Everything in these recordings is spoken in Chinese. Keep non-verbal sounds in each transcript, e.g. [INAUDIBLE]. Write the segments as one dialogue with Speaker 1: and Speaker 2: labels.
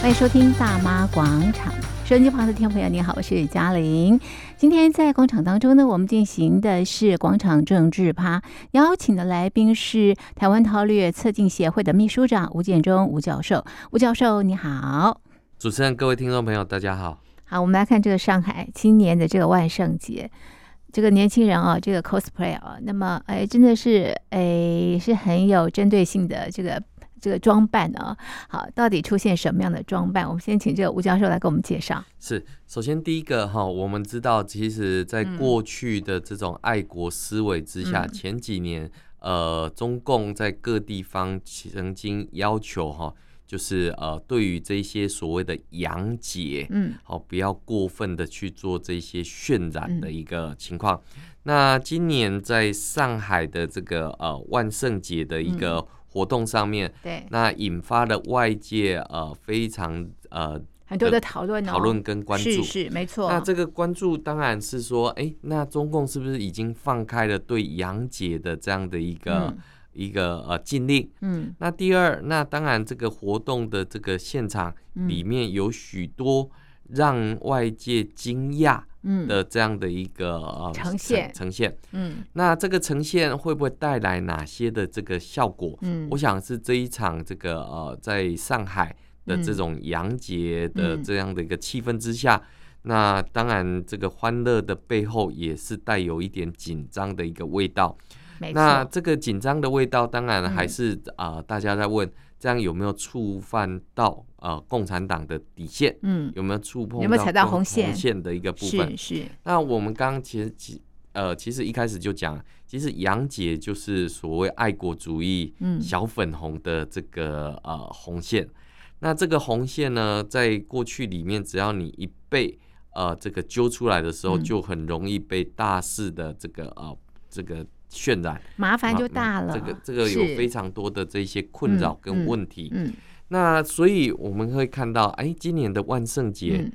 Speaker 1: 欢迎收听《大妈广场》，收音机旁的听众朋友，你好，我是嘉玲。今天在广场当中呢，我们进行的是广场政治趴，邀请的来宾是台湾韬略策进协会的秘书长吴建中吴教授。吴教授，你好。
Speaker 2: 主持人、各位听众朋友，大家好。
Speaker 1: 好，我们来看这个上海今年的这个万圣节，这个年轻人啊、这个 cosplay 啊、那么哎，真的是哎是很有针对性的这个这个装扮啊、好，到底出现什么样的装扮？我们先请这个吴教授来给我们介绍。
Speaker 2: 是，首先第一个哈，我们知道，其实在过去的这种爱国思维之下，
Speaker 1: 嗯
Speaker 2: 前几年呃，中共在各地方曾经要求哈，就是呃，对于这些所谓的洋节，
Speaker 1: 嗯
Speaker 2: 好、不要过分的去做这些渲染的一个情况。
Speaker 1: 嗯
Speaker 2: 那今年在上海的这个呃万圣节的一
Speaker 1: 嗯
Speaker 2: 个活动上面，
Speaker 1: 对，
Speaker 2: 那引发了外界呃非常呃
Speaker 1: 很多的讨论哦，
Speaker 2: 讨论跟关注。
Speaker 1: 是哦是没错。
Speaker 2: 那这个关注当然是说，哎、那中共是不是已经放开了对杨姐的这样的一个、
Speaker 1: 嗯
Speaker 2: 一个呃禁令？
Speaker 1: 嗯
Speaker 2: 那第二，那当然这个活动的这个现场
Speaker 1: 嗯
Speaker 2: 里面有许多让外界惊讶
Speaker 1: 嗯
Speaker 2: 的这样的一个、呃
Speaker 1: 呈现
Speaker 2: 呈现。
Speaker 1: 嗯
Speaker 2: 那这个呈现会不会带来哪些的这个效果？
Speaker 1: 嗯，
Speaker 2: 我想是这一场这个呃，在上海的这种洋节的
Speaker 1: 嗯
Speaker 2: 这样的一个气氛之下，那当然这个欢乐的背后也是带有一点紧张的一个味道。
Speaker 1: 没
Speaker 2: 那
Speaker 1: 错，
Speaker 2: 这个紧张的味道，当然还
Speaker 1: 嗯
Speaker 2: 是啊、呃大家在问这样有没有触犯到呃共产党的底线，
Speaker 1: 嗯
Speaker 2: 有没有触碰
Speaker 1: 有没有踩到红
Speaker 2: 共
Speaker 1: 线
Speaker 2: 的一个部分
Speaker 1: 是。是
Speaker 2: 那我们刚刚其实其呃，其实一开始就讲，其实杨姐就是所谓爱国主义
Speaker 1: 嗯
Speaker 2: 小粉红的这个呃红线。那这个红线呢，在过去里面，只要你一被呃这个揪出来的时候，
Speaker 1: 嗯
Speaker 2: 就很容易被大肆的这个呃这个渲染，
Speaker 1: 麻烦就
Speaker 2: 那
Speaker 1: 大了。
Speaker 2: 这个这个
Speaker 1: 是
Speaker 2: 有非常多的这些困扰
Speaker 1: 嗯
Speaker 2: 跟问题。
Speaker 1: 嗯
Speaker 2: 那所以我们会看到，哎，今年的万圣节，
Speaker 1: 嗯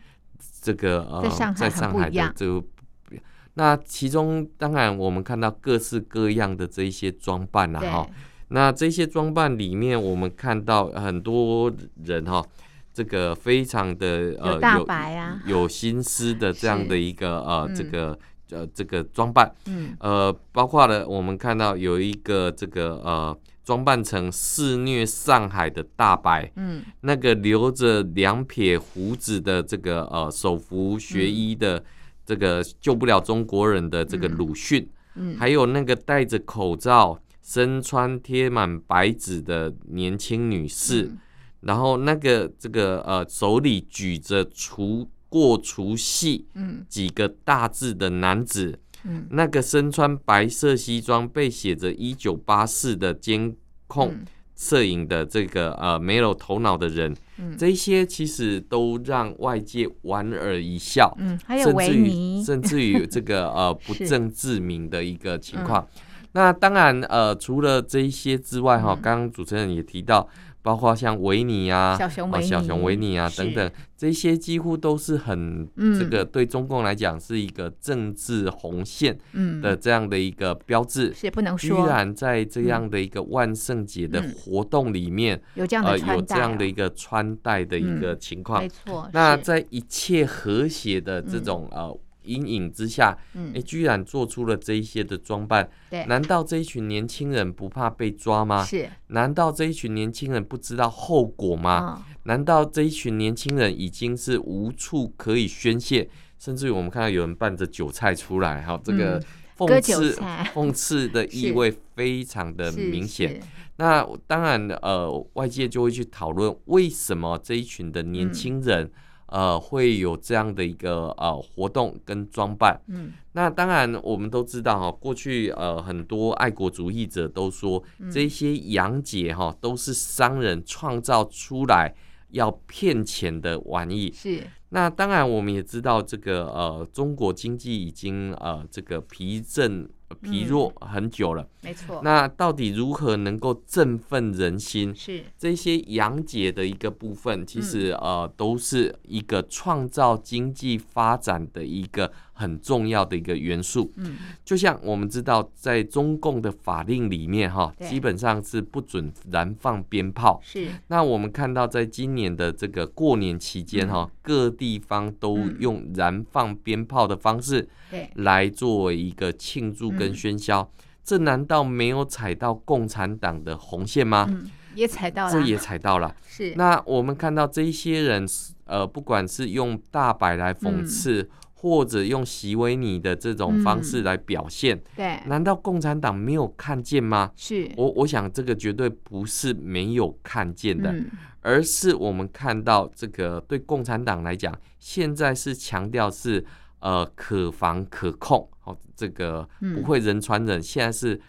Speaker 2: 这个呃，
Speaker 1: 在上海
Speaker 2: 在
Speaker 1: 很
Speaker 2: 上
Speaker 1: 不
Speaker 2: 海
Speaker 1: 一
Speaker 2: 的
Speaker 1: 样
Speaker 2: 这个不一样，那其中当然我们看到各式各样的这一些装扮啦、
Speaker 1: 对
Speaker 2: 哈。那这些装扮里面，我们看到很多人哈、这个非常的呃
Speaker 1: 有大白啊
Speaker 2: 有心
Speaker 1: [LAUGHS]
Speaker 2: 思的这样的一个呃、
Speaker 1: 嗯
Speaker 2: 这个呃这个装扮，
Speaker 1: 嗯
Speaker 2: 呃，包括了我们看到有一个这个呃装扮成肆虐上海的大白，
Speaker 1: 嗯
Speaker 2: 那个留着两撇胡子的这个呃手扶学医的这个救不了中国人的这个鲁迅，
Speaker 1: 嗯，
Speaker 2: 还有那个戴着口罩、身穿贴满白纸的年轻女士，
Speaker 1: 嗯
Speaker 2: 然后那个这个呃手里举着除过除夕
Speaker 1: 嗯
Speaker 2: 几个大字的男子，
Speaker 1: 嗯
Speaker 2: 那个身穿白色西装被写着一九八四的监控。
Speaker 1: 嗯
Speaker 2: 摄影的这个呃没有头脑的人，
Speaker 1: 嗯
Speaker 2: 这些其实都让外界莞尔一笑，
Speaker 1: 嗯，还有
Speaker 2: 甚
Speaker 1: 维
Speaker 2: 至于
Speaker 1: 尼，
Speaker 2: [LAUGHS] 甚至于这个呃不
Speaker 1: [LAUGHS] 是嗯
Speaker 2: 正自明的一个情况。那当然呃，除了这一些之外哈，
Speaker 1: 嗯
Speaker 2: 刚刚主持人也提到，包括像维尼啊。
Speaker 1: 小熊
Speaker 2: 啊，
Speaker 1: 维尼，
Speaker 2: 小熊维尼啊，
Speaker 1: 是
Speaker 2: 等等，，这些几乎都是很、
Speaker 1: 嗯
Speaker 2: 这个对中共来讲是一个政治红线
Speaker 1: 嗯
Speaker 2: 的这样的一个标志。
Speaker 1: 是不能
Speaker 2: 居
Speaker 1: 说
Speaker 2: 然在这样的一个万圣节的
Speaker 1: 嗯
Speaker 2: 活动里面，
Speaker 1: 有这样的
Speaker 2: 呃，
Speaker 1: 穿
Speaker 2: 有
Speaker 1: 戴
Speaker 2: 这
Speaker 1: 啊，
Speaker 2: 样的一个穿戴的一个情况。
Speaker 1: 没错，
Speaker 2: 那
Speaker 1: 是
Speaker 2: 在一切和谐的这种、呃阴影之下，哎、
Speaker 1: 嗯
Speaker 2: 居然做出了这一些的装扮，
Speaker 1: 对
Speaker 2: 难道这一群年轻人不怕被抓吗？
Speaker 1: 是
Speaker 2: 难道这一群年轻人不知道后果吗？
Speaker 1: 啊
Speaker 2: 难道这一群年轻人已经是无处可以宣泄？甚至于我们看到有人拌着韭菜出来，哈，这个
Speaker 1: 嗯割
Speaker 2: 讽
Speaker 1: 韭
Speaker 2: 刺、
Speaker 1: 菜 [LAUGHS]
Speaker 2: 讽刺的意
Speaker 1: 是
Speaker 2: 味非常的
Speaker 1: 是
Speaker 2: 呃明显。
Speaker 1: 是
Speaker 2: 那当然，呃，外界就会去讨论为什么这一群的年轻人，呃，会有这样的一个呃活动跟装扮。
Speaker 1: 嗯
Speaker 2: 那当然，我们都知道哈，过去呃很多爱国主义者都说，这些洋节哈都是商人创造出来要骗钱的玩意。
Speaker 1: 是
Speaker 2: 那当然，我们也知道这个呃，中国经济已经呃这个疲振疲弱很久了。
Speaker 1: 没错，
Speaker 2: 那到底如何能够振奋人心？
Speaker 1: 是
Speaker 2: 这些洋节的一个部
Speaker 1: 嗯
Speaker 2: 分，其实、呃都是一个创造经济发展的一个很重要的一个元素。
Speaker 1: 嗯，
Speaker 2: 就像我们知道，在中共的法令里面哈，
Speaker 1: 对
Speaker 2: 基本上是不准燃放鞭炮。
Speaker 1: 是
Speaker 2: 那我们看到，在今年的这个过年期间哈、各地方都
Speaker 1: 嗯
Speaker 2: 用燃放鞭炮的方式
Speaker 1: 对，
Speaker 2: 来作为一个庆祝跟
Speaker 1: 嗯
Speaker 2: 喧嚣，这难道没有踩到共产党的红线吗？
Speaker 1: 嗯，也踩到了，
Speaker 2: 啊这也踩到了。
Speaker 1: 是
Speaker 2: 那我们看到这一些人，呃，不管是用大白来讽刺，
Speaker 1: 嗯
Speaker 2: 或者用席维尼的这种方式来表现，
Speaker 1: 对，
Speaker 2: 难道共产党没有看见吗？
Speaker 1: 是
Speaker 2: 我我想这个绝对不是没有看见的，
Speaker 1: 嗯
Speaker 2: 而是我们看到这个对共产党来讲，现在是强调是呃可防可控，哦，这个
Speaker 1: 嗯
Speaker 2: 不会人传人，现在是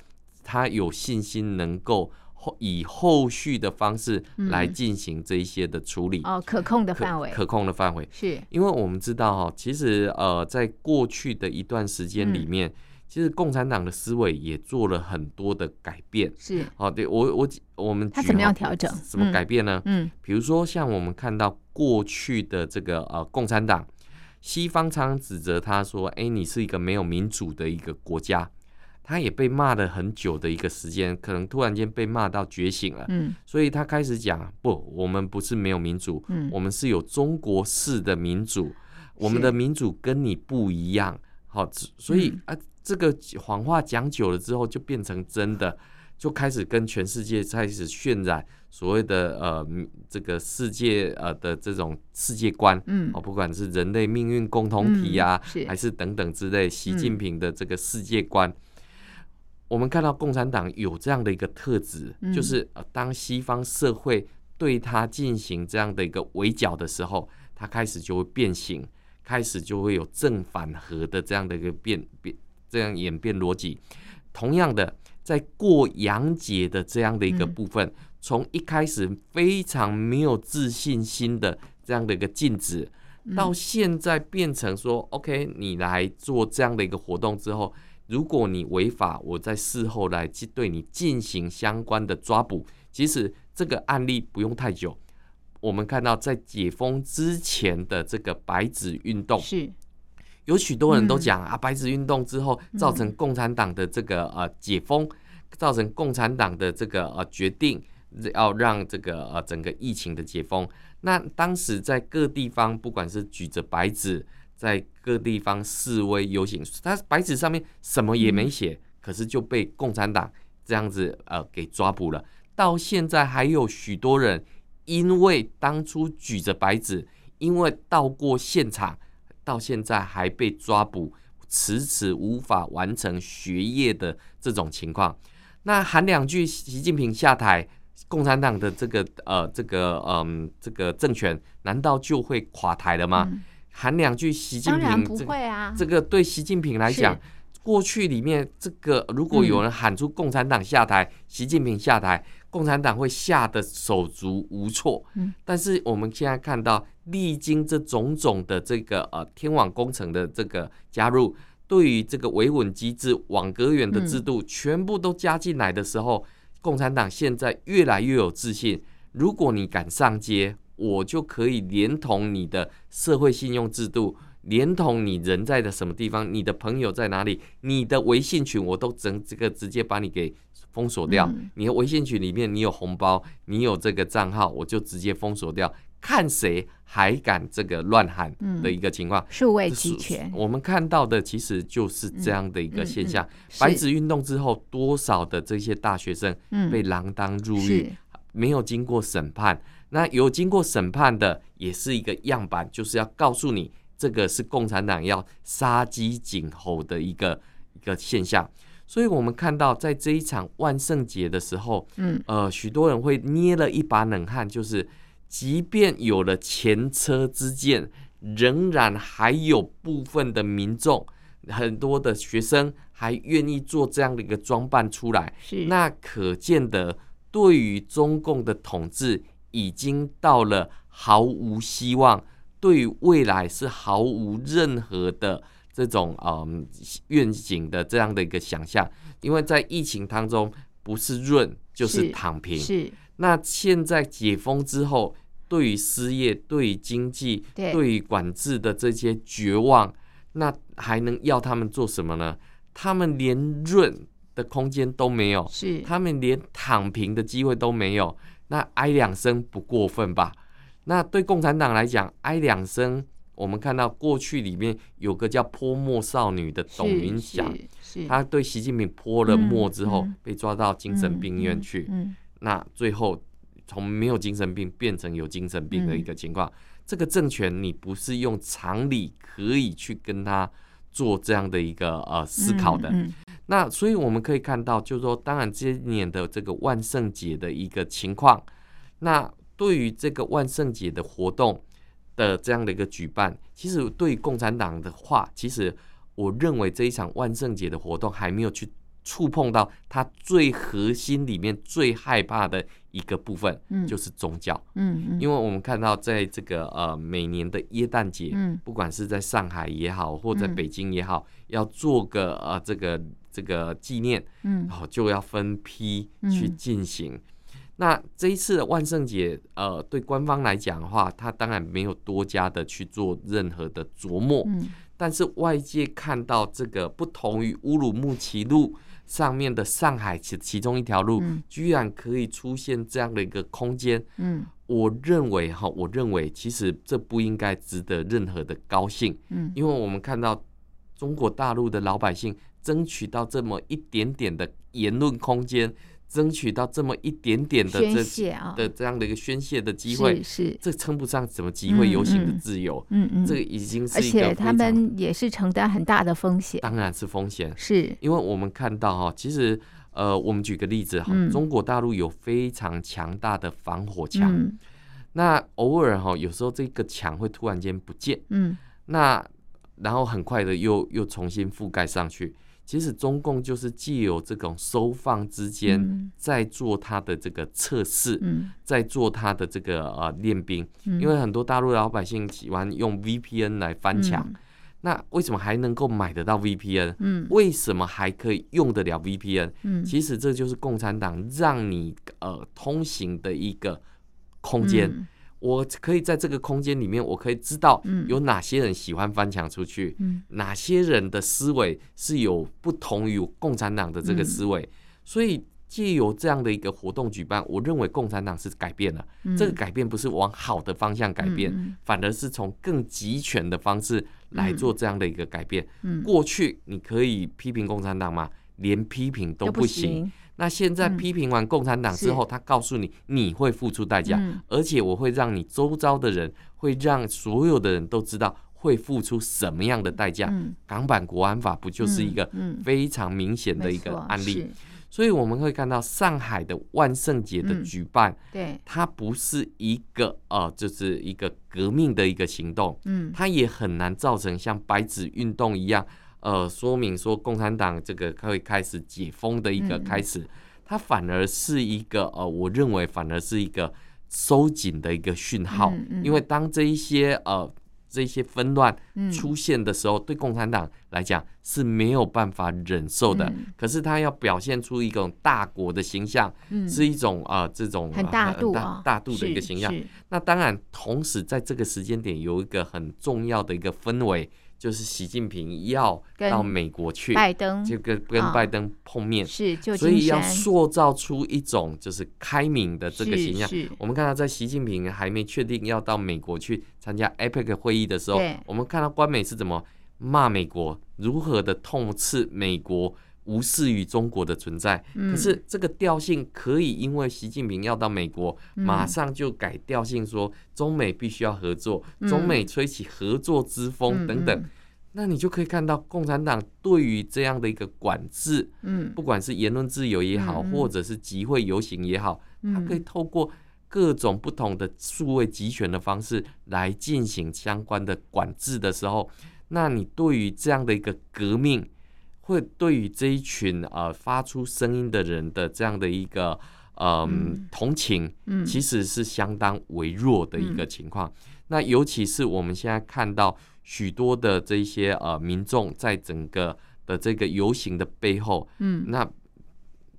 Speaker 2: 他有信心能够后以后续的方式来
Speaker 1: 嗯
Speaker 2: 进行这一些的处理，
Speaker 1: 哦，可控的
Speaker 2: 可
Speaker 1: 范围
Speaker 2: 可控的范围。
Speaker 1: 是
Speaker 2: 因为我们知道哈，其实呃，在过去的一段时间
Speaker 1: 嗯
Speaker 2: 里面，其实共产党的思维也做了很多的改变。
Speaker 1: 是，
Speaker 2: 哦，对我我我们
Speaker 1: 他
Speaker 2: 举
Speaker 1: 怎么
Speaker 2: 哈
Speaker 1: 样调整
Speaker 2: 怎么
Speaker 1: 嗯
Speaker 2: 改变呢？
Speaker 1: 嗯
Speaker 2: 比如说，像我们看到过去的这个呃共产党，西方常常指责他说：“哎，你是一个没有民主的一个国家。”他也被骂了很久的一个时间，可能突然间被骂到觉醒了，
Speaker 1: 嗯
Speaker 2: 所以他开始讲：“不，我们不是没有民主，
Speaker 1: 嗯
Speaker 2: 我们是有中国式的民主，我们的民主跟你不一样。好，只所以、啊，这个谎话讲久了之后，就变成真的，就开始跟全世界开始渲染所谓的呃嗯这个世界呃的这种世界观。
Speaker 1: 嗯
Speaker 2: 哦，不管是人类命运共同体呀、
Speaker 1: 嗯是嗯
Speaker 2: 还是等等之类，习近平的这个世界观，我们看到共产党有这样的一个特质，
Speaker 1: 嗯
Speaker 2: 就是呃，当西方社会对他进行这样的一个围剿的时候，他开始就会变形，开始就会有正反合的这样的一个变变这样演变逻辑。同样的，在过洋节的这样的一个
Speaker 1: 嗯
Speaker 2: 部分，从一开始非常没有自信心的这样的一个禁止，
Speaker 1: 嗯
Speaker 2: 到现在变成说，OK，你来做这样的一个活动之后，如果你违法，我在事后来去对你进行相关的抓捕。其实这个案例不用太久，我们看到在解封之前的这个白纸运动，
Speaker 1: 是
Speaker 2: 有许多人都
Speaker 1: 嗯
Speaker 2: 讲、啊，白纸运动之后造成共产党的这个呃解封，造成共产党的这个呃决定要让这个呃整个疫情的解封。那当时在各地方，不管是举着白纸，在各地方示威游行，他白纸上面什么也没写，可是就被共产党这样子呃给抓捕了。到现在还有许多人因为当初举着白纸，因为到过现场，到现在还被抓捕，迟迟无法完成学业的这种情况。那喊两句习近平下台，共产党的这个呃这个嗯、这个政权难道就会垮台了吗？
Speaker 1: 嗯
Speaker 2: 喊两句习近
Speaker 1: 当然
Speaker 2: 平，
Speaker 1: 不
Speaker 2: 这个
Speaker 1: 会啊，嗯
Speaker 2: 这个对习近平来讲
Speaker 1: 是，
Speaker 2: 过去里面这个如果有人喊出共产党下台，习近平下台，共产党会吓得手足无措。
Speaker 1: 嗯
Speaker 2: 但是我们现在看到，历经这种种的这个呃天网工程的这个加入，对于这个维稳机制、网格员的制度，全部都加进来的时候，共产党现在越来越有自信。如果你敢上街，我就可以连同你的社会信用制度，连同你人在的什么地方，你的朋友在哪里，你的微信群，我都整这个直接把你给封锁掉。
Speaker 1: 嗯
Speaker 2: 你的微信群里面你有红包，你有这个账号，我就直接封锁掉，看谁还敢这个乱喊的一个情况。
Speaker 1: 数位
Speaker 2: 这
Speaker 1: 集嗯
Speaker 2: 是
Speaker 1: 权
Speaker 2: 我们看到的其实就是这样的一
Speaker 1: 嗯
Speaker 2: 个
Speaker 1: 嗯
Speaker 2: 现象。
Speaker 1: 是
Speaker 2: 白纸运动之后，多少的这些大学生
Speaker 1: 嗯
Speaker 2: 被锒铛入狱，
Speaker 1: 是
Speaker 2: 没有经过审判。那有经过审判的，也是一个样板，就是要告诉你，这个是共产党要杀鸡儆猴的一个一个现象。所以，我们看到在这一场万圣节的时候，
Speaker 1: 嗯
Speaker 2: 呃，许多人会捏了一把冷汗，就是即便有了前车之鉴，仍然还有部分的民众，很多的学生还愿意做这样的一个装扮出来。
Speaker 1: 是
Speaker 2: 那可见的，对于中共的统治已经到了毫无希望，对于未来是毫无任何的这种嗯愿景的这样的一个想象，因为在疫情当中，不是润就是
Speaker 1: 是
Speaker 2: 躺平。
Speaker 1: 是
Speaker 2: 那现在解封之后，对于失业、对于经济、
Speaker 1: 对
Speaker 2: 对于管制的这些绝望，那还能要他们做什么呢？他们连润的空间都没有，
Speaker 1: 是
Speaker 2: 他们连躺平的机会都没有，那哀两声不过分吧？那对共产党来讲，哀两声，我们看到过去里面有个叫泼墨少女的董云祥，
Speaker 1: 是
Speaker 2: 她对习近平泼了墨之后，
Speaker 1: 嗯嗯
Speaker 2: 被抓到精神病院去，
Speaker 1: 嗯
Speaker 2: 那最后从没有精神病变成有精神病的一个情况，
Speaker 1: 嗯
Speaker 2: 这个政权你不是用常理可以去跟他做这样的一个呃思考的。
Speaker 1: 嗯
Speaker 2: 那所以我们可以看到，就是说，当然今年的这个万圣节的一个情况，那对于这个万圣节的活动的这样的一个举办，其实对于共产党的话，其实我认为这一场万圣节的活动还没有去触碰到他最核心里面最害怕的一个部分，
Speaker 1: 嗯
Speaker 2: 就是宗教。
Speaker 1: 嗯嗯，
Speaker 2: 因为我们看到，在这个呃每年的耶诞节，
Speaker 1: 嗯
Speaker 2: 不管是在上海也好，或在
Speaker 1: 嗯
Speaker 2: 北京也好，要做个呃这个这个纪念，
Speaker 1: 嗯
Speaker 2: 然后就要分批去
Speaker 1: 嗯
Speaker 2: 进行。那这一次的万圣节，呃，对官方来讲的话，它当然没有多加的去做任何的琢磨，
Speaker 1: 嗯
Speaker 2: 但是外界看到这个不同于乌鲁木齐路上面的上海其其中一条路，
Speaker 1: 嗯
Speaker 2: 居然可以出现这样的一个空间，
Speaker 1: 嗯
Speaker 2: 我认为哈，我认为其实这不应该值得任何的高兴，
Speaker 1: 嗯
Speaker 2: 因为我们看到中国大陆的老百姓争取到这么一点点的言论空间，争取到这么一点点的
Speaker 1: 宣
Speaker 2: 这
Speaker 1: 泄啊
Speaker 2: 的这样的一个宣泄的机会，
Speaker 1: 是
Speaker 2: 这称不上什么集会游行的
Speaker 1: 嗯嗯
Speaker 2: 自由，
Speaker 1: 嗯嗯，
Speaker 2: 这个已经是
Speaker 1: 而
Speaker 2: 一个
Speaker 1: 且
Speaker 2: 非
Speaker 1: 他
Speaker 2: 常
Speaker 1: 们也是承担很大的风险，
Speaker 2: 当然是风险，
Speaker 1: 是
Speaker 2: 因为我们看到哈，其实呃，我们举个例子哈，
Speaker 1: 嗯
Speaker 2: 中国大陆有非常强大的防火墙。
Speaker 1: 嗯
Speaker 2: 那偶尔哈、有时候这个墙会突然间不见，
Speaker 1: 嗯
Speaker 2: 那然后很快的又又重新覆盖上去。其实中共就是借由这种收放之
Speaker 1: 嗯
Speaker 2: 间，在做它的这个测试，
Speaker 1: 嗯
Speaker 2: 在做它的这个呃练兵。
Speaker 1: 嗯，
Speaker 2: 因为很多大陆老百姓喜欢用 VPN 来翻墙，那为什么还能够买得到 VPN？
Speaker 1: 嗯
Speaker 2: 为什么还可以用得了 VPN？
Speaker 1: 嗯
Speaker 2: 其实这就是共产党让你呃通行的一个空间。
Speaker 1: 嗯
Speaker 2: 我可以在这个空间里面，我可以知道
Speaker 1: 嗯
Speaker 2: 有哪些人喜欢翻墙出去，
Speaker 1: 嗯
Speaker 2: 哪些人的思维是有不同于共产党的这
Speaker 1: 嗯
Speaker 2: 个思维。所以借由这样的一个活动举办，我认为共产党是改变了。
Speaker 1: 嗯
Speaker 2: 这个改变不是往好的方向改变，
Speaker 1: 嗯嗯
Speaker 2: 反而是从更集权的方式来做这样的一个改变。
Speaker 1: 嗯
Speaker 2: 过去你可以批评共产党吗？连批评都
Speaker 1: 都
Speaker 2: 不行。那现在
Speaker 1: 嗯
Speaker 2: 批评完共产党之后，他告诉你你会付出代价，
Speaker 1: 嗯
Speaker 2: 而且我会让你周遭的人，会让所有的人都知道会付出什么样的代价。
Speaker 1: 嗯
Speaker 2: 港版国安法不就是一个
Speaker 1: 嗯嗯
Speaker 2: 非常明显的一个
Speaker 1: 没错
Speaker 2: 案例？
Speaker 1: 是
Speaker 2: 所以我们会看到上海的万圣节的
Speaker 1: 嗯
Speaker 2: 举办，
Speaker 1: 对，
Speaker 2: 它不是一个呃，就是一个革命的一个行动，
Speaker 1: 嗯
Speaker 2: 它也很难造成像白纸运动一样，呃，说明说共产党这个会开始解封的一个
Speaker 1: 嗯嗯
Speaker 2: 开始，它反而是一个呃，我认为反而是一个收紧的一个讯号，
Speaker 1: 嗯嗯
Speaker 2: 因为当这一些呃这一些纷乱
Speaker 1: 嗯
Speaker 2: 出现的时候，对共产党来讲是没有办法忍受的。
Speaker 1: 嗯
Speaker 2: 可是他要表现出一种大国的形象，
Speaker 1: 嗯
Speaker 2: 是一种呃这种
Speaker 1: 很
Speaker 2: 呃
Speaker 1: 大度
Speaker 2: 大
Speaker 1: 啊，
Speaker 2: 大度的一个
Speaker 1: 是
Speaker 2: 形象。
Speaker 1: 是
Speaker 2: 那当然，同时在这个时间点有一个很重要的一个氛围，就是习近平要
Speaker 1: 跟
Speaker 2: 到美国去，
Speaker 1: 拜登
Speaker 2: 就跟跟
Speaker 1: 啊
Speaker 2: 拜登碰面，
Speaker 1: 是旧
Speaker 2: 所
Speaker 1: 金
Speaker 2: 以要
Speaker 1: 山
Speaker 2: 塑造出一种就是开明的这个
Speaker 1: 是
Speaker 2: 形象。
Speaker 1: 是
Speaker 2: 我们看到，在习近平还没确定要到美国去参加 APEC 会议的时候
Speaker 1: 对，
Speaker 2: 我们看到官媒是怎么骂美国，如何的痛斥美国无视于中国的存在。
Speaker 1: 嗯
Speaker 2: 可是这个调性可以因为习近平要到美国，
Speaker 1: 嗯
Speaker 2: 马上就改调性说中美必须要合作，
Speaker 1: 嗯
Speaker 2: 中美吹起合作之
Speaker 1: 嗯
Speaker 2: 风等等。那你就可以看到，共产党对于这样的一个管制，
Speaker 1: 嗯
Speaker 2: 不管是言论自由也好，
Speaker 1: 嗯嗯
Speaker 2: 或者是集会游行也好，
Speaker 1: 嗯
Speaker 2: 它可以透过各种不同的数位集权的方式来进行相关的管制的时候，那你对于这样的一个革命，会对于这一群呃发出声音的人的这样的一个呃、
Speaker 1: 嗯
Speaker 2: 同情，
Speaker 1: 嗯
Speaker 2: 其实是相当微弱的一个情况。那尤其是我们现在看到许多的这一些呃民众在整个的这个游行的背后，
Speaker 1: 嗯
Speaker 2: 那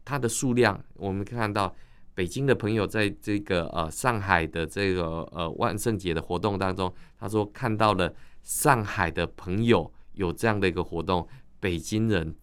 Speaker 2: 它的数量，我们看到北京的朋友在这个呃上海的这个呃万圣节的活动当中，他说看到了上海的朋友有这样的一个活动，北京人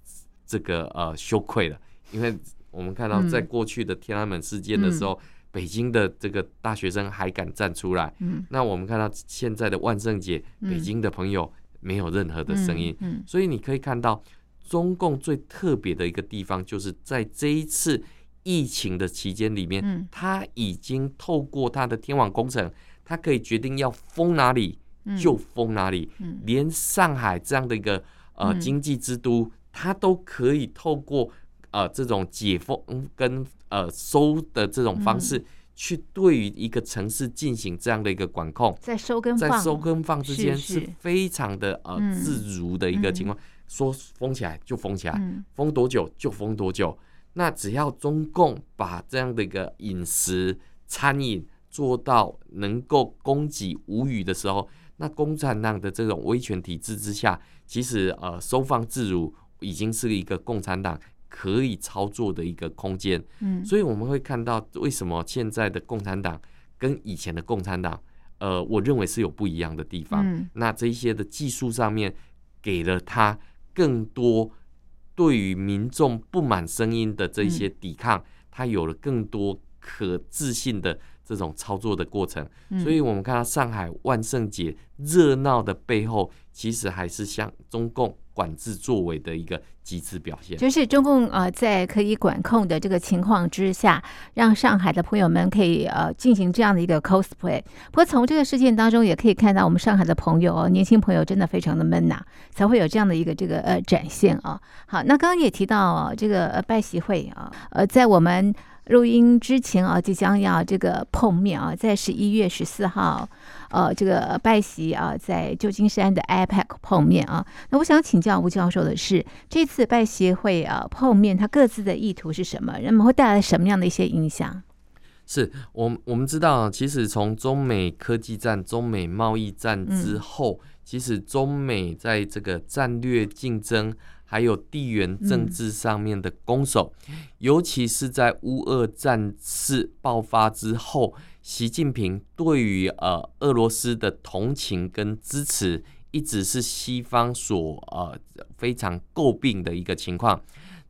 Speaker 2: 这个呃羞愧了，因为我们看到
Speaker 1: 嗯
Speaker 2: 在过去的天安门事件的时候，北京的这个大学生还敢站出来，
Speaker 1: 嗯
Speaker 2: 那我们看到现在的万圣节，
Speaker 1: 嗯
Speaker 2: 北京的朋友没有任何的声音，
Speaker 1: 嗯
Speaker 2: 所以你可以看到，中共最特别的一个地方，就是在这一次疫情的期间里面，
Speaker 1: 嗯
Speaker 2: 他已经透过他的天网工程，他可以决定要封哪里
Speaker 1: 嗯
Speaker 2: 就封哪里，
Speaker 1: 嗯
Speaker 2: 连上海这样的一个呃
Speaker 1: 嗯
Speaker 2: 经济之都，它都可以透过呃这种解封跟呃收的这种方
Speaker 1: 嗯
Speaker 2: 式，去对于一个城市进行这样的一个管控。
Speaker 1: 在收跟
Speaker 2: 在
Speaker 1: 放
Speaker 2: 收跟放之
Speaker 1: 是
Speaker 2: 间
Speaker 1: 是
Speaker 2: 是非常的呃
Speaker 1: 嗯
Speaker 2: 自如的一个情况，说封起来就封起来，
Speaker 1: 嗯
Speaker 2: 封多久就封多久。那只要中共把这样的一个饮食餐饮做到能够供给无语的时候，那共产党的这种威权体制之下，其实呃收放自如已经是一个共产党可以操作的一个空间。
Speaker 1: 嗯，
Speaker 2: 所以我们会看到为什么现在的共产党跟以前的共产党，呃，我认为是有不一样的地方。
Speaker 1: 嗯
Speaker 2: 那这一些的技术上面，给了他更多对于民众不满声音的这些抵
Speaker 1: 嗯
Speaker 2: 抗，他有了更多可自信的这种操作的过程。
Speaker 1: 嗯
Speaker 2: 所以我们看到上海万圣节热闹的背后，其实还是像中共管制作为的一个极致表现。
Speaker 1: 就是中共呃，在可以管控的这个情况之下，让上海的朋友们可以呃进行这样的一个 cosplay。不过从这个事件当中也可以看到，我们上海的朋友哦，年轻朋友真的非常的闷呐、才会有这样的一个这个呃展现啊。好，那刚刚也提到、哦、这个呃拜习会啊，呃，在我们录音之前啊，即将要这个碰面啊，在十一月十四号，呃，这个拜习啊，在旧金山的 IPAC 碰面啊。那我想请教吴教授的是，这次拜协会啊碰面，它各自的意图是什么？人们会带来什么样的一些影响？
Speaker 2: 是我们我们知道，其实从中美科技战、中美贸易战之后，其实中美在这个战略竞争还有地缘政治上面的攻守，尤其是在乌俄战事爆发之后，习近平对于呃俄罗斯的同情跟支持，一直是西方所呃非常诟病的一个情况。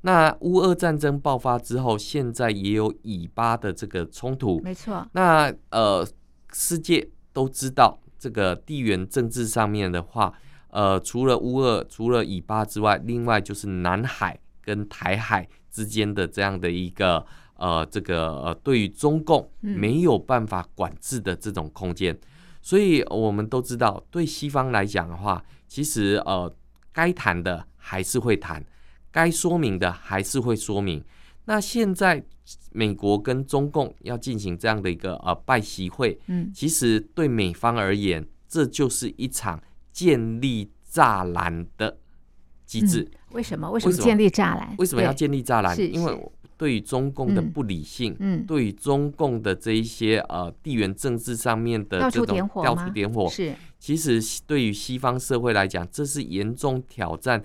Speaker 2: 那乌俄战争爆发之后，现在也有以巴的这个冲突。
Speaker 1: 没错，
Speaker 2: 那呃，世界都知道这个地缘政治上面的话，呃，除了乌俄、除了以巴之外，另外就是南海跟台海之间的这样的一个呃，这个呃，对于中共
Speaker 1: 嗯
Speaker 2: 没有办法管制的这种空间。所以呃我们都知道，对西方来讲的话，其实呃，该谈的还是会谈，该说明的还是会说明。那现在美国跟中共要进行这样的一个呃拜习会，
Speaker 1: 嗯
Speaker 2: 其实对美方而言，这就是一场建立栅栏的机制。
Speaker 1: 为什么？为什么
Speaker 2: 为什么
Speaker 1: 建立栅栏？
Speaker 2: 为什么要
Speaker 1: 嗯对？
Speaker 2: 建立栅栏？
Speaker 1: 是
Speaker 2: 因
Speaker 1: 是
Speaker 2: 为对于中共的
Speaker 1: 嗯
Speaker 2: 不理性，
Speaker 1: 嗯，
Speaker 2: 对于中共的这一些呃地缘政治上面的
Speaker 1: 到
Speaker 2: 这
Speaker 1: 处
Speaker 2: 种
Speaker 1: 点火
Speaker 2: 到
Speaker 1: 吗
Speaker 2: 处点火，
Speaker 1: 是，
Speaker 2: 其实西对于西方社会来讲，这是严重挑战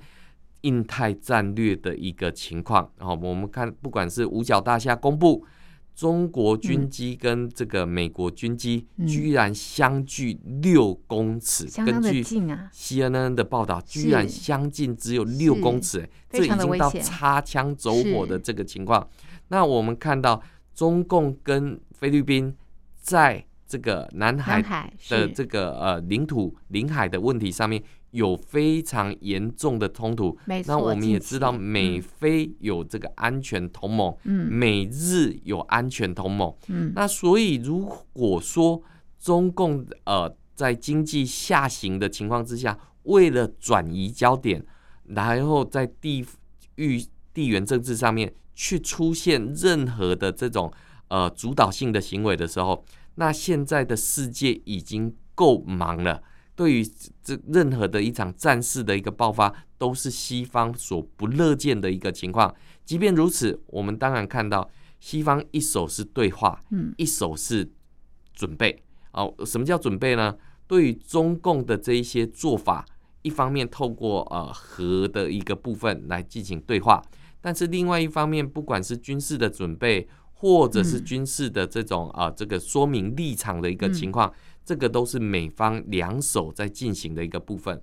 Speaker 2: 印太战略的一个情况。好、我们看，不管是五角大厦公布，中国军机跟这个美国军机
Speaker 1: 嗯
Speaker 2: 居然相距六公尺，
Speaker 1: 相当
Speaker 2: 根
Speaker 1: 的
Speaker 2: 据
Speaker 1: 近啊，
Speaker 2: CNN 的报道，居然
Speaker 1: 是
Speaker 2: 相近只有六
Speaker 1: 是
Speaker 2: 公尺、欸，
Speaker 1: 非
Speaker 2: 这已
Speaker 1: 常的
Speaker 2: 经
Speaker 1: 危
Speaker 2: 到
Speaker 1: 险
Speaker 2: 擦枪走火的
Speaker 1: 是
Speaker 2: 这个情况。那我们看到中共跟菲律宾在这个南海
Speaker 1: 南海
Speaker 2: 的
Speaker 1: 是
Speaker 2: 这个呃领土领海的问题上面有非常严重的冲突。
Speaker 1: 没错。
Speaker 2: 那我们也知道，
Speaker 1: 近期
Speaker 2: 美菲有这个安全同盟，
Speaker 1: 嗯
Speaker 2: 美日有安全同盟。
Speaker 1: 嗯
Speaker 2: 那所以如果说中共呃在经济下行的情况之下，为了转移焦点，然后在地域地缘政治上面去出现任何的这种呃主导性的行为的时候，那现在的世界已经够忙了。对于这任何的一场战事的一个爆发，都是西方所不乐见的一个情况。即便如此，我们当然看到西方一手是对话，
Speaker 1: 嗯
Speaker 2: 一手是准备。哦，什么叫准备呢？对于中共的这一些做法，一方面透过呃核的一个部分来进行对话，但是另外一方面，不管是军事的准备，或者是
Speaker 1: 嗯
Speaker 2: 军事的这种啊、呃这个说明立场的一个情况，这个都是美方两手在进行的一个部分。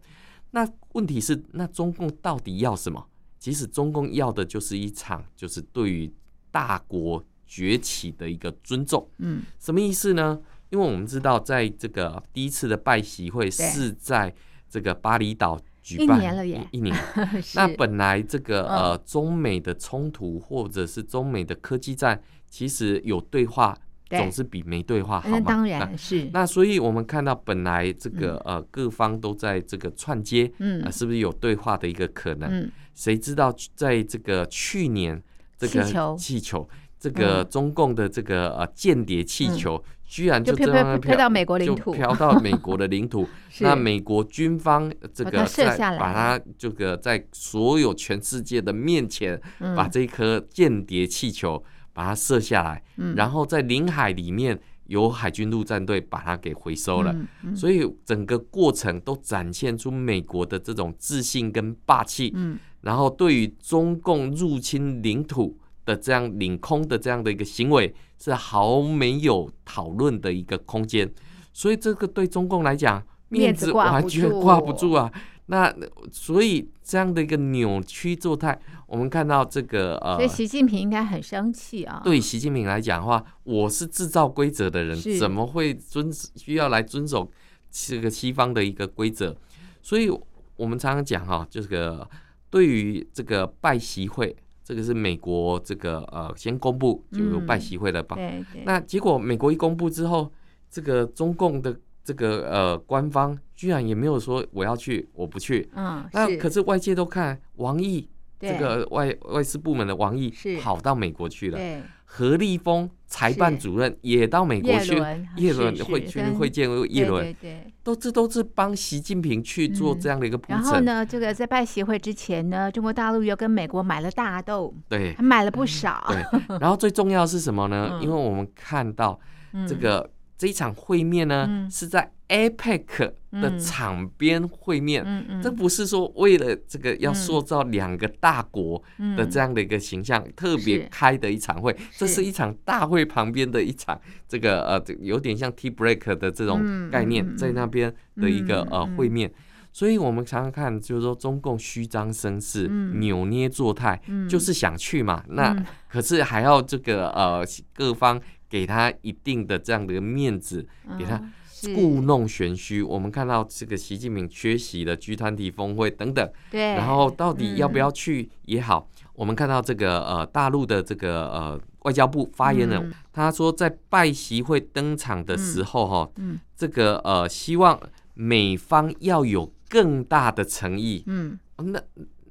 Speaker 2: 那问题是，那中共到底要什么？其实中共要的就是一场，就是对于大国崛起的一个尊重。
Speaker 1: 嗯，
Speaker 2: 什么意思呢？因为我们知道，在这个第一次的拜习会
Speaker 1: 对
Speaker 2: 是在这个巴厘岛举
Speaker 1: 一
Speaker 2: 办
Speaker 1: 年了耶
Speaker 2: 一一年。
Speaker 1: 是
Speaker 2: 那本来这个
Speaker 1: 嗯
Speaker 2: 呃中美的冲突或者是中美的科技战，其实有对话
Speaker 1: 对
Speaker 2: 总是比没对话好
Speaker 1: 那
Speaker 2: 嘛。
Speaker 1: 当然是，
Speaker 2: 那所以我们看到，本来这个、呃各方都在这个串接，
Speaker 1: 嗯
Speaker 2: 呃，是不是有对话的一个可能？
Speaker 1: 嗯，
Speaker 2: 谁知道在这个去年这个
Speaker 1: 气球嗯
Speaker 2: 这个中共的这个呃间谍气球，居然
Speaker 1: 就飘
Speaker 2: 就这
Speaker 1: 飘
Speaker 2: 样
Speaker 1: 飘到美国领
Speaker 2: 就
Speaker 1: 土
Speaker 2: 飘到美国的领土。
Speaker 1: [LAUGHS] 是
Speaker 2: 那美国军方呃这
Speaker 1: 把
Speaker 2: 个
Speaker 1: 它射
Speaker 2: 在
Speaker 1: 下来
Speaker 2: 把它这个在所有全世界的面前，
Speaker 1: 嗯
Speaker 2: 把这颗间谍气球把它射下来，
Speaker 1: 嗯
Speaker 2: 然后在领海里面由海军陆战队把它给回收了。
Speaker 1: 嗯嗯
Speaker 2: 所以整个过程都展现出美国的这种自信跟霸气，
Speaker 1: 嗯
Speaker 2: 然后对于中共入侵领土的这样领空的这样的一个行为是毫没有讨论的一个空间，所以这个对中共来讲
Speaker 1: 面
Speaker 2: 面
Speaker 1: 子
Speaker 2: 子
Speaker 1: 挂不
Speaker 2: 完全
Speaker 1: 住
Speaker 2: 挂不住啊。那所以这样的一个扭曲作态，我们看到这个呃
Speaker 1: 所以，习近平应该很生气啊。
Speaker 2: 对习近平来讲的话，我是制造规则的人
Speaker 1: 是，
Speaker 2: 怎么会遵需要来遵守这个西方的一个规则？所以我们常常讲哈、这个对于这个拜习会，这个是美国这个呃先公布就有
Speaker 1: 嗯
Speaker 2: 拜习会了吧？
Speaker 1: 对对，
Speaker 2: 那结果美国一公布之后，这个中共的这个呃官方居然也没有说我要去，我不去。
Speaker 1: 嗯，
Speaker 2: 那
Speaker 1: 是
Speaker 2: 可是外界都看王毅
Speaker 1: 对
Speaker 2: 这个外外事部门的王毅
Speaker 1: 是
Speaker 2: 跑到美国去了。
Speaker 1: 对
Speaker 2: 何立峰裁判主任也到美国
Speaker 1: 叶
Speaker 2: 去，
Speaker 1: 伦
Speaker 2: 叶
Speaker 1: 是
Speaker 2: 伦
Speaker 1: 是
Speaker 2: 会去
Speaker 1: 跟
Speaker 2: 会见叶
Speaker 1: 对
Speaker 2: 伦，
Speaker 1: 对对。
Speaker 2: 都这都是帮习近平去做这样的一个铺
Speaker 1: 然后
Speaker 2: 陈。
Speaker 1: 呢，这个在拜协会之前呢，中国大陆又跟美国买了大豆， [LAUGHS]
Speaker 2: 对
Speaker 1: 还买了不少。
Speaker 2: 嗯对，然后最重要的是什么呢？
Speaker 1: 嗯
Speaker 2: 因为我们看到
Speaker 1: 嗯
Speaker 2: 这个这一场会面呢
Speaker 1: 嗯
Speaker 2: 是在 APEC
Speaker 1: 嗯
Speaker 2: 的场边会面，
Speaker 1: 嗯嗯，
Speaker 2: 这不是说为了这个要
Speaker 1: 嗯
Speaker 2: 塑造两个大国的这
Speaker 1: 样
Speaker 2: 样的一个形象，特
Speaker 1: 嗯是
Speaker 2: 别开的一场会，这
Speaker 1: 是
Speaker 2: 是一场大会旁边的一场，这个呃，这有点像 tea break 的这
Speaker 1: 嗯
Speaker 2: 种概念，
Speaker 1: 嗯嗯
Speaker 2: 在那边的一个、
Speaker 1: 嗯
Speaker 2: 呃
Speaker 1: 嗯
Speaker 2: 会面。所以，我们常常看，就是说中共虚张声势、
Speaker 1: 嗯
Speaker 2: 扭捏作态，
Speaker 1: 嗯
Speaker 2: 就是想去嘛。那
Speaker 1: 嗯
Speaker 2: 可是还要这个呃各方给他一定的这样的一个面子，
Speaker 1: 嗯
Speaker 2: 给他
Speaker 1: 哦
Speaker 2: 故弄玄虚。我们看到这个习近平缺席了 G 团体峰会等等，
Speaker 1: 对，嗯
Speaker 2: 然后到底要不要去也好，我们看到这个呃大陆的这个呃外交部发言人、
Speaker 1: 嗯
Speaker 2: 他说，在拜习会登场的时候哈、
Speaker 1: 嗯
Speaker 2: 这个呃希望美方要有更大的诚意。哦
Speaker 1: 嗯
Speaker 2: 那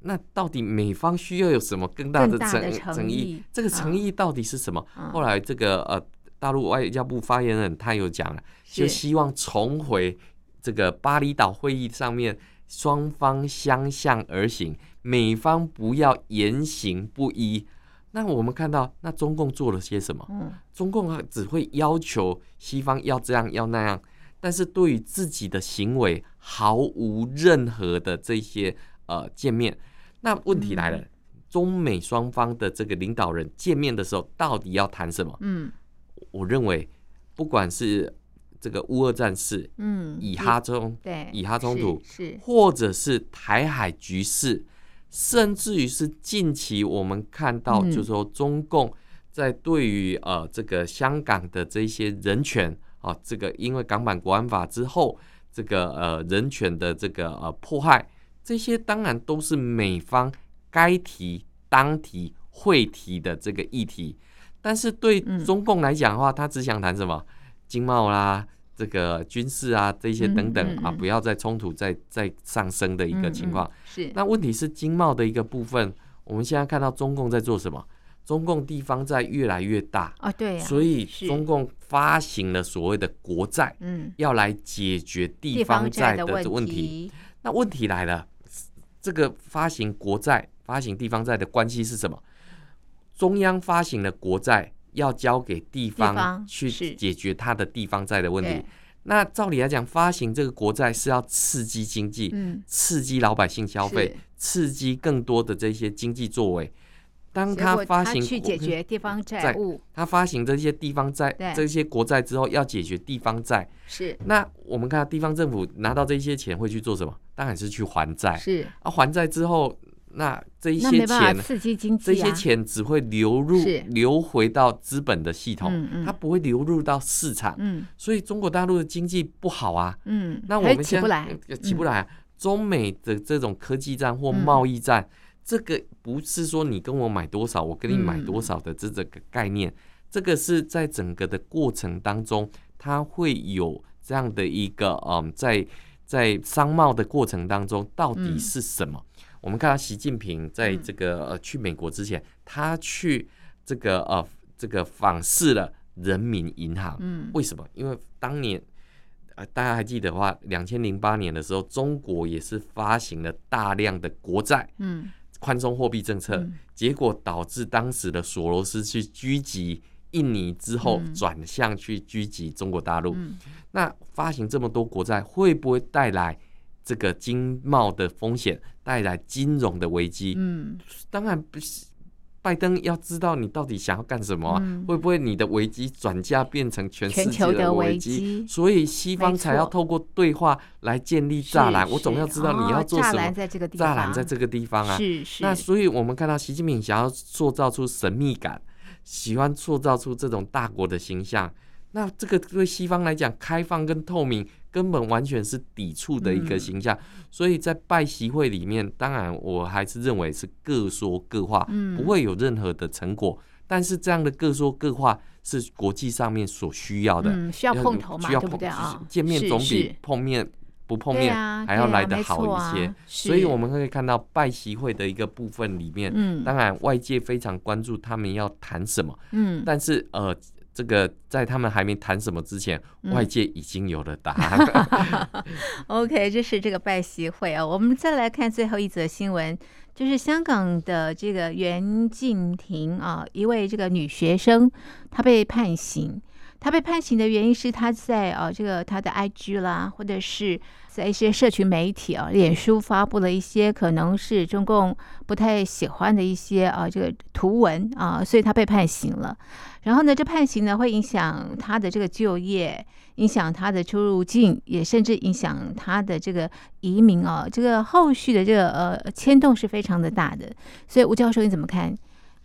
Speaker 2: 那到底美方需要有什么更大
Speaker 1: 更
Speaker 2: 的
Speaker 1: 大
Speaker 2: 诚
Speaker 1: 的诚意
Speaker 2: 意？这个
Speaker 1: 啊
Speaker 2: 诚意到底是什么？
Speaker 1: 嗯
Speaker 2: 后来这个呃大陆外交部发言人他有讲了，就是希望重回这个巴厘岛会议上面，双方相向而行，美方不要言行不一。那我们看到，那中共做了些什么？
Speaker 1: 嗯
Speaker 2: 中共啊只会要求西方要这样要那样，但是对于自己的行为毫无任何的这些呃见面。那问题来了，中美双方的这个领导人见面的时候，到底要谈什么？
Speaker 1: 嗯
Speaker 2: 我认为，不管是这个乌俄战事、
Speaker 1: 嗯，
Speaker 2: 以哈冲，
Speaker 1: 对
Speaker 2: 以哈冲突
Speaker 1: 是是
Speaker 2: 或者是台海局势，甚至于是近期我们看到，
Speaker 1: 嗯
Speaker 2: 就是说中共在对于呃这个香港的这些人权啊，这个因为港版国安法之后，这个呃人权的这个呃迫害，这些当然都是美方该提、当提、会提的这个议题。但是对
Speaker 1: 嗯
Speaker 2: 中共来讲的话，他只想谈什么经贸啦、这个军事啊这些等等
Speaker 1: 嗯嗯
Speaker 2: 啊，
Speaker 1: 嗯
Speaker 2: 不要再冲突再再上升的一个情况。
Speaker 1: 嗯嗯是
Speaker 2: 那问题是经贸的一个部分，我们现在看到中共在做什么？中共地方债越来越大，
Speaker 1: 哦对呀，
Speaker 2: 所以
Speaker 1: 是
Speaker 2: 中共发行了所谓的国债，
Speaker 1: 嗯
Speaker 2: 要来解决地方
Speaker 1: 债
Speaker 2: 债的问题。
Speaker 1: 题
Speaker 2: 那问题来了，这个发行国债、发行地方债的关系是什么？中央发行的国债要交给地
Speaker 1: 地方
Speaker 2: 方去
Speaker 1: 是
Speaker 2: 解决它的地方债的问题
Speaker 1: 对。
Speaker 2: 那照理来讲，发行这个国债是要刺激经济，
Speaker 1: 嗯
Speaker 2: 刺激老百姓消费，刺激更多的这些经济作为。当
Speaker 1: 结
Speaker 2: 他
Speaker 1: 果
Speaker 2: 发行
Speaker 1: 去
Speaker 2: 国
Speaker 1: 解决地方债
Speaker 2: 债
Speaker 1: 务
Speaker 2: 他发行这些地方债
Speaker 1: 对、
Speaker 2: 这些国债之后，要解决地方债，
Speaker 1: 是
Speaker 2: 那我们看到地方政府拿到这些钱会去做什么？当然是去还债
Speaker 1: 是，
Speaker 2: 啊。还债之后，那这一
Speaker 1: 那没
Speaker 2: 些
Speaker 1: 办
Speaker 2: 钱
Speaker 1: 法，刺激经济
Speaker 2: 这
Speaker 1: 啊，
Speaker 2: 些钱只会流入
Speaker 1: 是
Speaker 2: 流回到资本的系统，
Speaker 1: 嗯嗯
Speaker 2: 它不会流入到市场。
Speaker 1: 嗯
Speaker 2: 所以中国大陆的经济不好啊，
Speaker 1: 嗯，
Speaker 2: 那我
Speaker 1: 还
Speaker 2: 们
Speaker 1: 起
Speaker 2: 现
Speaker 1: 不
Speaker 2: 在
Speaker 1: 来，嗯
Speaker 2: 呃起不来啊、中美的这种科技战或贸易战，这个不是说你跟我买多少，我跟你买
Speaker 1: 嗯
Speaker 2: 多少的这这个概念，这个是在整个的过程当中，它会有这样的一个嗯，在在商贸的过程当中，到底
Speaker 1: 嗯
Speaker 2: 是什么？我们看到习近平在这个、呃去美国之前，他去这个呃这个访视了人民银行，
Speaker 1: 嗯
Speaker 2: 为什么？因为当年，呃，大家还记得的话，两千零八年的时候，中国也是发行了大量的国债，
Speaker 1: 嗯
Speaker 2: 宽松货币政策，
Speaker 1: 嗯
Speaker 2: 结果导致当时的索罗斯去狙击印尼之后
Speaker 1: 嗯，
Speaker 2: 转向去狙击中国大陆。
Speaker 1: 嗯
Speaker 2: 那发行这么多国债，会不会带来这个经贸的风险，带来金融的危机？
Speaker 1: 嗯
Speaker 2: 当然不是。拜登要知道你到底想要干什么啊、
Speaker 1: 嗯
Speaker 2: 会不会你的危机转嫁变成全世
Speaker 1: 全
Speaker 2: 界
Speaker 1: 球的危
Speaker 2: 危
Speaker 1: 机
Speaker 2: 所以西方
Speaker 1: 嗯没错
Speaker 2: 才要透过对话来建立
Speaker 1: 是
Speaker 2: 栅栏。我
Speaker 1: 是
Speaker 2: 总要知道你要
Speaker 1: 哦
Speaker 2: 做
Speaker 1: 栅
Speaker 2: 什
Speaker 1: 栏
Speaker 2: 么，
Speaker 1: 在这个地
Speaker 2: 栅
Speaker 1: 方，
Speaker 2: 栏在这个地方啊。
Speaker 1: 是是，
Speaker 2: 那所以我们看到习近平想要塑造出神秘感，喜欢塑造出这种大国的形象。那这个对西方来讲，开放跟透明根本完全是抵触的一个
Speaker 1: 嗯
Speaker 2: 形象。所以在拜习会里面，当然我还是认为是各说各话，
Speaker 1: 嗯
Speaker 2: 不会有任何的成果。但是这样的各说各话是国际上面所需要的，
Speaker 1: 嗯需要
Speaker 2: 要
Speaker 1: 碰头嘛，
Speaker 2: 需要
Speaker 1: 对不
Speaker 2: 碰
Speaker 1: 对啊？
Speaker 2: 见面
Speaker 1: 是
Speaker 2: 总
Speaker 1: 是
Speaker 2: 比碰面不碰
Speaker 1: 对
Speaker 2: 面
Speaker 1: 啊
Speaker 2: 还要
Speaker 1: 对啊
Speaker 2: 来得
Speaker 1: 没
Speaker 2: 好
Speaker 1: 错
Speaker 2: 一些。
Speaker 1: 啊
Speaker 2: 所以
Speaker 1: 是
Speaker 2: 我们可以看到拜习会的一个部分里面，
Speaker 1: 嗯
Speaker 2: 当然外界非常关注他们要谈什么，
Speaker 1: 嗯，
Speaker 2: 但是呃。这个在他们还没谈什么之前，
Speaker 1: 嗯
Speaker 2: 外界已经有了答案。
Speaker 1: [LAUGHS] OK，这是这个拜习会啊。我们再来看最后一则新闻，就是香港的这个袁静婷啊，一位这个女学生，她被判刑。她被判刑的原因是她在啊这个她的 IG 啦，或者是在一些社群媒体啊，脸书发布了一些可能是中共不太喜欢的一些啊这个图文啊，所以她被判刑了。然后呢，这判刑呢会影响她的这个就业，影响他的出入境，也甚至影响他的这个移民哦，这个后续的这个呃牵动是非常的大的。所以吴教授你怎么看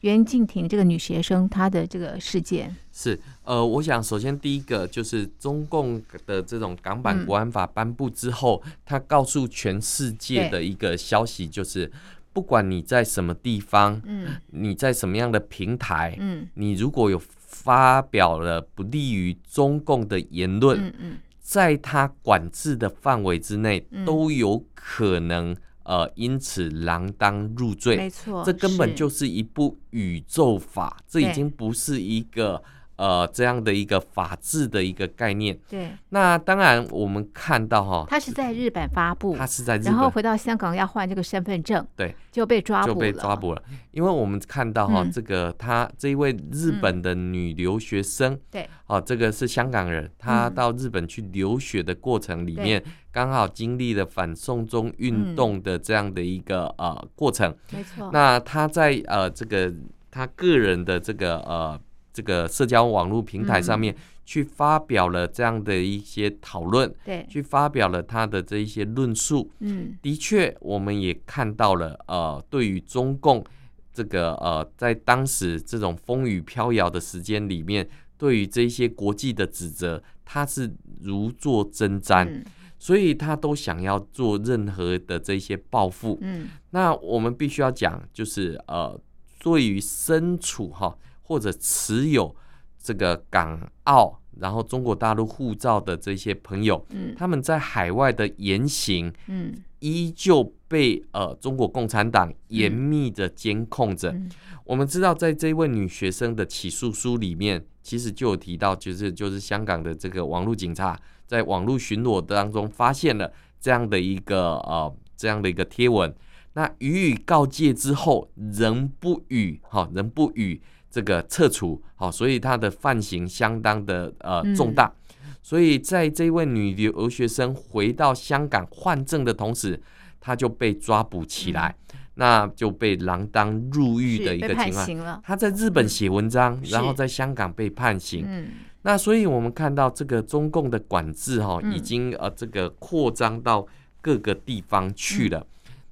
Speaker 1: 袁静婷这个女学生她的这个事件？
Speaker 2: 是，呃，我想首先第一个就是中共的这种港
Speaker 1: 嗯
Speaker 2: 版国安法颁布之后，他告诉全世界
Speaker 1: 对
Speaker 2: 的一个消息就是，不管你在什么地方，
Speaker 1: 嗯
Speaker 2: 你在什么样的平台，
Speaker 1: 嗯
Speaker 2: 你如果有发表了不利于中共的言论，
Speaker 1: 嗯嗯
Speaker 2: 在他管制的范围之内，
Speaker 1: 嗯
Speaker 2: 都有可能呃因此锒铛入罪。
Speaker 1: 没错，
Speaker 2: 这根本就是是一部宇宙法，这
Speaker 1: 对
Speaker 2: 已经不是一个呃这样的一个法治的一个概念。
Speaker 1: 对，
Speaker 2: 那当然，我们看到哈，
Speaker 1: 她是在日本发布
Speaker 2: 他，是在日
Speaker 1: 然后
Speaker 2: 本
Speaker 1: 回到香港要换这个身份证，
Speaker 2: 对
Speaker 1: 就被抓捕
Speaker 2: 就
Speaker 1: 了，
Speaker 2: 被抓捕了，因为我们看到哈、
Speaker 1: 嗯
Speaker 2: 这个他这一位日本的女留学生，
Speaker 1: 对，
Speaker 2: 哦，这个是香港人，她
Speaker 1: 嗯
Speaker 2: 到日本去留学的过程里面，刚好经历了反送中运动的这样的一个、呃过程。
Speaker 1: 没错，
Speaker 2: 那他在呃这个他个人的这个呃这个社交网络平台上面、
Speaker 1: 嗯
Speaker 2: 去发表了这样的一些讨论，
Speaker 1: 对，
Speaker 2: 去发表了他的这一些论述。
Speaker 1: 嗯
Speaker 2: 的确，我们也看到了呃对于中共这个呃在当时这种风雨飘摇的时间里面，对于这一些国际的指责，他是如坐针毡，
Speaker 1: 嗯
Speaker 2: 所以他都想要做任何的这些报复。
Speaker 1: 嗯
Speaker 2: 那我们必须要讲，就是呃，对于身处哈或者持有这个港澳然后中国大陆护照的这些朋友，
Speaker 1: 嗯
Speaker 2: 他们在海外的言行
Speaker 1: 嗯
Speaker 2: 依旧被呃中国共产党严密的监控着。
Speaker 1: 嗯
Speaker 2: 我们知道，在这位女学生的起诉书里面，其实就有提到，就是就是香港的这个网络警察在网络巡逻当中发现了这样的一个呃这样的一个贴文，那予以告诫之后仍不予哈、仍不予这个撤除，好、所以他的犯行相当的呃
Speaker 1: 嗯
Speaker 2: 重大。所以在这位女留学生回到香港换证的同时，她就被抓捕起来，那就被锒铛入狱的
Speaker 1: 是
Speaker 2: 一
Speaker 1: 被
Speaker 2: 个
Speaker 1: 判
Speaker 2: 情况。
Speaker 1: 刑了，
Speaker 2: 她在日本
Speaker 1: 嗯
Speaker 2: 写文章，
Speaker 1: 是
Speaker 2: 然后在香港被判刑。
Speaker 1: 嗯
Speaker 2: 那所以我们看到这个中共的管制哈、
Speaker 1: 嗯
Speaker 2: 已经呃这个扩张到各个地方去了。
Speaker 1: 嗯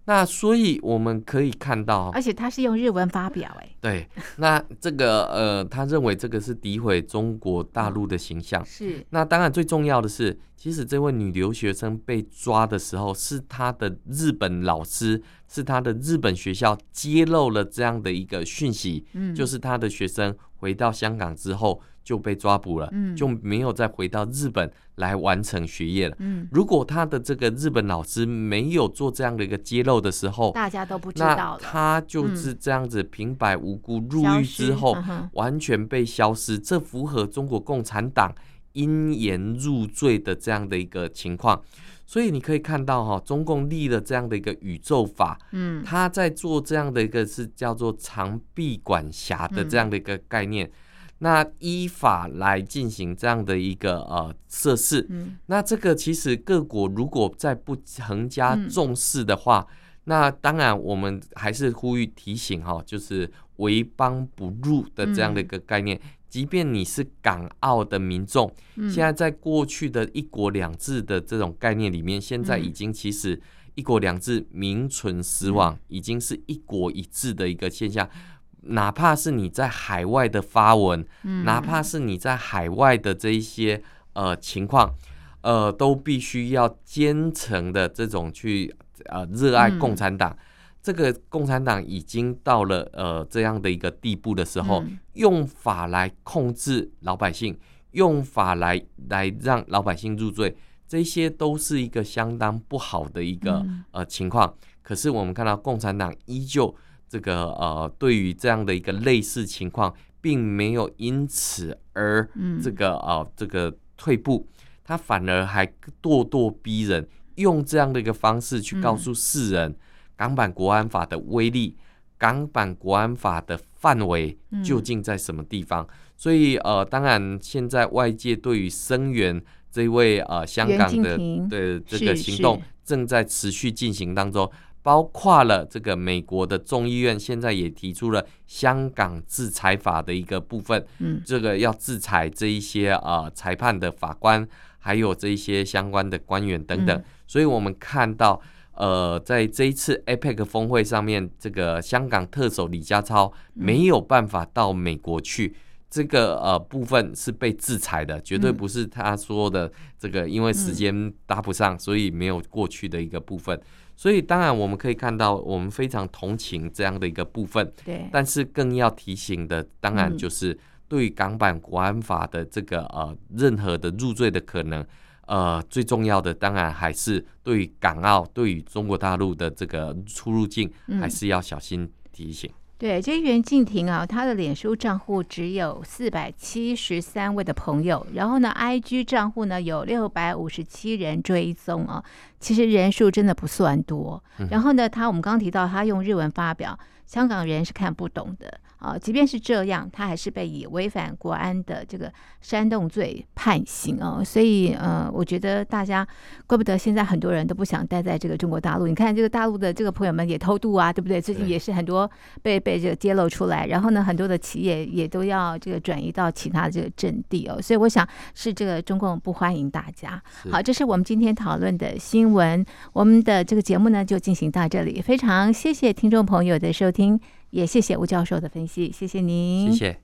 Speaker 2: 那所以我们可以看到，
Speaker 1: 而且他是用日文发表、哎，
Speaker 2: 对，那这个呃，他认为这个是诋毁中国大陆的形象。
Speaker 1: 是
Speaker 2: 那当然，最重要的是，其实这位女留学生被抓的时候，是她的日本老师，是她的日本学校揭露了这样的一个讯息，
Speaker 1: 嗯
Speaker 2: 就是她的学生回到香港之后就被抓捕了，
Speaker 1: 嗯
Speaker 2: 就没有再回到日本来完成学业了。
Speaker 1: 嗯，
Speaker 2: 如果她的这个日本老师没有做这样的一个揭露的时候，
Speaker 1: 大家都不知
Speaker 2: 哦那
Speaker 1: 道了，嗯
Speaker 2: 她就是这样子平白无故入
Speaker 1: 消
Speaker 2: 狱
Speaker 1: 失
Speaker 2: 之后，
Speaker 1: 嗯哼
Speaker 2: 完全被消失，这符合中国共产党因言入罪的这样的一个情况。所以你可以看到哈、中共立了这样的一个宇宙法，
Speaker 1: 嗯
Speaker 2: 他在做这样的一个是叫做长臂管辖的这样的一个概念。那依法来进行这样的一个呃设施，
Speaker 1: 嗯
Speaker 2: 那这个其实各国如果再不横加
Speaker 1: 嗯
Speaker 2: 重视的话，那当然我们还是呼吁提醒哈、就是为邦不入的这样的一个概念。即便你是港澳的民众，
Speaker 1: 嗯，
Speaker 2: 现在在过去的一国两制的这种概念里面，现在已经其实一国两制名存实
Speaker 1: 嗯
Speaker 2: 亡，已经是一国一制的一个现象。哪怕是你在海外的发文，
Speaker 1: 嗯
Speaker 2: 哪怕是你在海外的这一些呃情况，呃，都必须要坚诚的这种去呃热爱
Speaker 1: 嗯
Speaker 2: 共产党。这个共产党已经到了呃这样的一个地步的时候，
Speaker 1: 嗯
Speaker 2: 用法来控制老百姓，用法来来让老百姓入罪，这些都是一个相当不好的一个、
Speaker 1: 嗯
Speaker 2: 呃情况。可是我们看到共产党依旧这个呃，对于这样的一个类似情况，并没有因此而
Speaker 1: 嗯
Speaker 2: 这个呃这个退步，他反而还咄咄逼人，用这样的一个方式去告
Speaker 1: 嗯
Speaker 2: 诉世人，港版国安法的威力。港版国安法的范围
Speaker 1: 嗯
Speaker 2: 究竟在什么地方？所以呃，当然现在外界对于声援这位呃香
Speaker 1: 袁
Speaker 2: 港
Speaker 1: 静
Speaker 2: 的
Speaker 1: 婷
Speaker 2: 对这
Speaker 1: 是
Speaker 2: 个行
Speaker 1: 是
Speaker 2: 动正在持续进行当中，包括了这个美国的众议院现在也提出了香港制裁法的一个部分，
Speaker 1: 嗯
Speaker 2: 这个要制裁这一些呃裁判的法官，还有这一些相关的官员等等。
Speaker 1: 嗯
Speaker 2: 所以我们看到，呃，在这一次 APEC 峰会上面，这个香港特首李家超
Speaker 1: 嗯
Speaker 2: 没有办法到美国去。这个呃部分是被制裁的，绝对
Speaker 1: 嗯
Speaker 2: 不是他说的这个，因为时间搭不上，所以没有过去的一个部分。所以当然我们可以看到，我们非常同情这样的一个部分。
Speaker 1: 对，
Speaker 2: 但是更要提醒的，当然
Speaker 1: 嗯
Speaker 2: 就是对于港版国安法的这个呃任何的入罪的可能，呃，最重要的当然还是对于港澳、对于中国大陆的这个出入境，
Speaker 1: 嗯
Speaker 2: 还是要小心提醒。
Speaker 1: 对，这袁静婷啊，她的脸书账户只有四百七十三位的朋友，然后呢，IG 账户呢有六百五十七人追踪啊，其实人数真的不算多。然后呢，她我们刚刚提到，她用日文发表，香港人是看不懂的啊。即便是这样，她还是被以违反国安的这个煽动罪判刑哦。所以呃，我觉得大家怪不得现在很多人都不想待在这个中国大陆。你看这个大陆的这个朋友们也偷渡啊，对不对？最近
Speaker 2: 对
Speaker 1: 也是很多被被这个揭露出来，然后呢，很多的企业也都要这个转移到其他的这个阵地哦。所以我想是这个中共不欢迎大家。
Speaker 2: 是
Speaker 1: 好，这是我们今天讨论的新闻。我们的这个节目呢就进行到这里，非常谢谢听众朋友的收听，也谢谢吴教授的分析，谢谢您，
Speaker 2: 谢谢。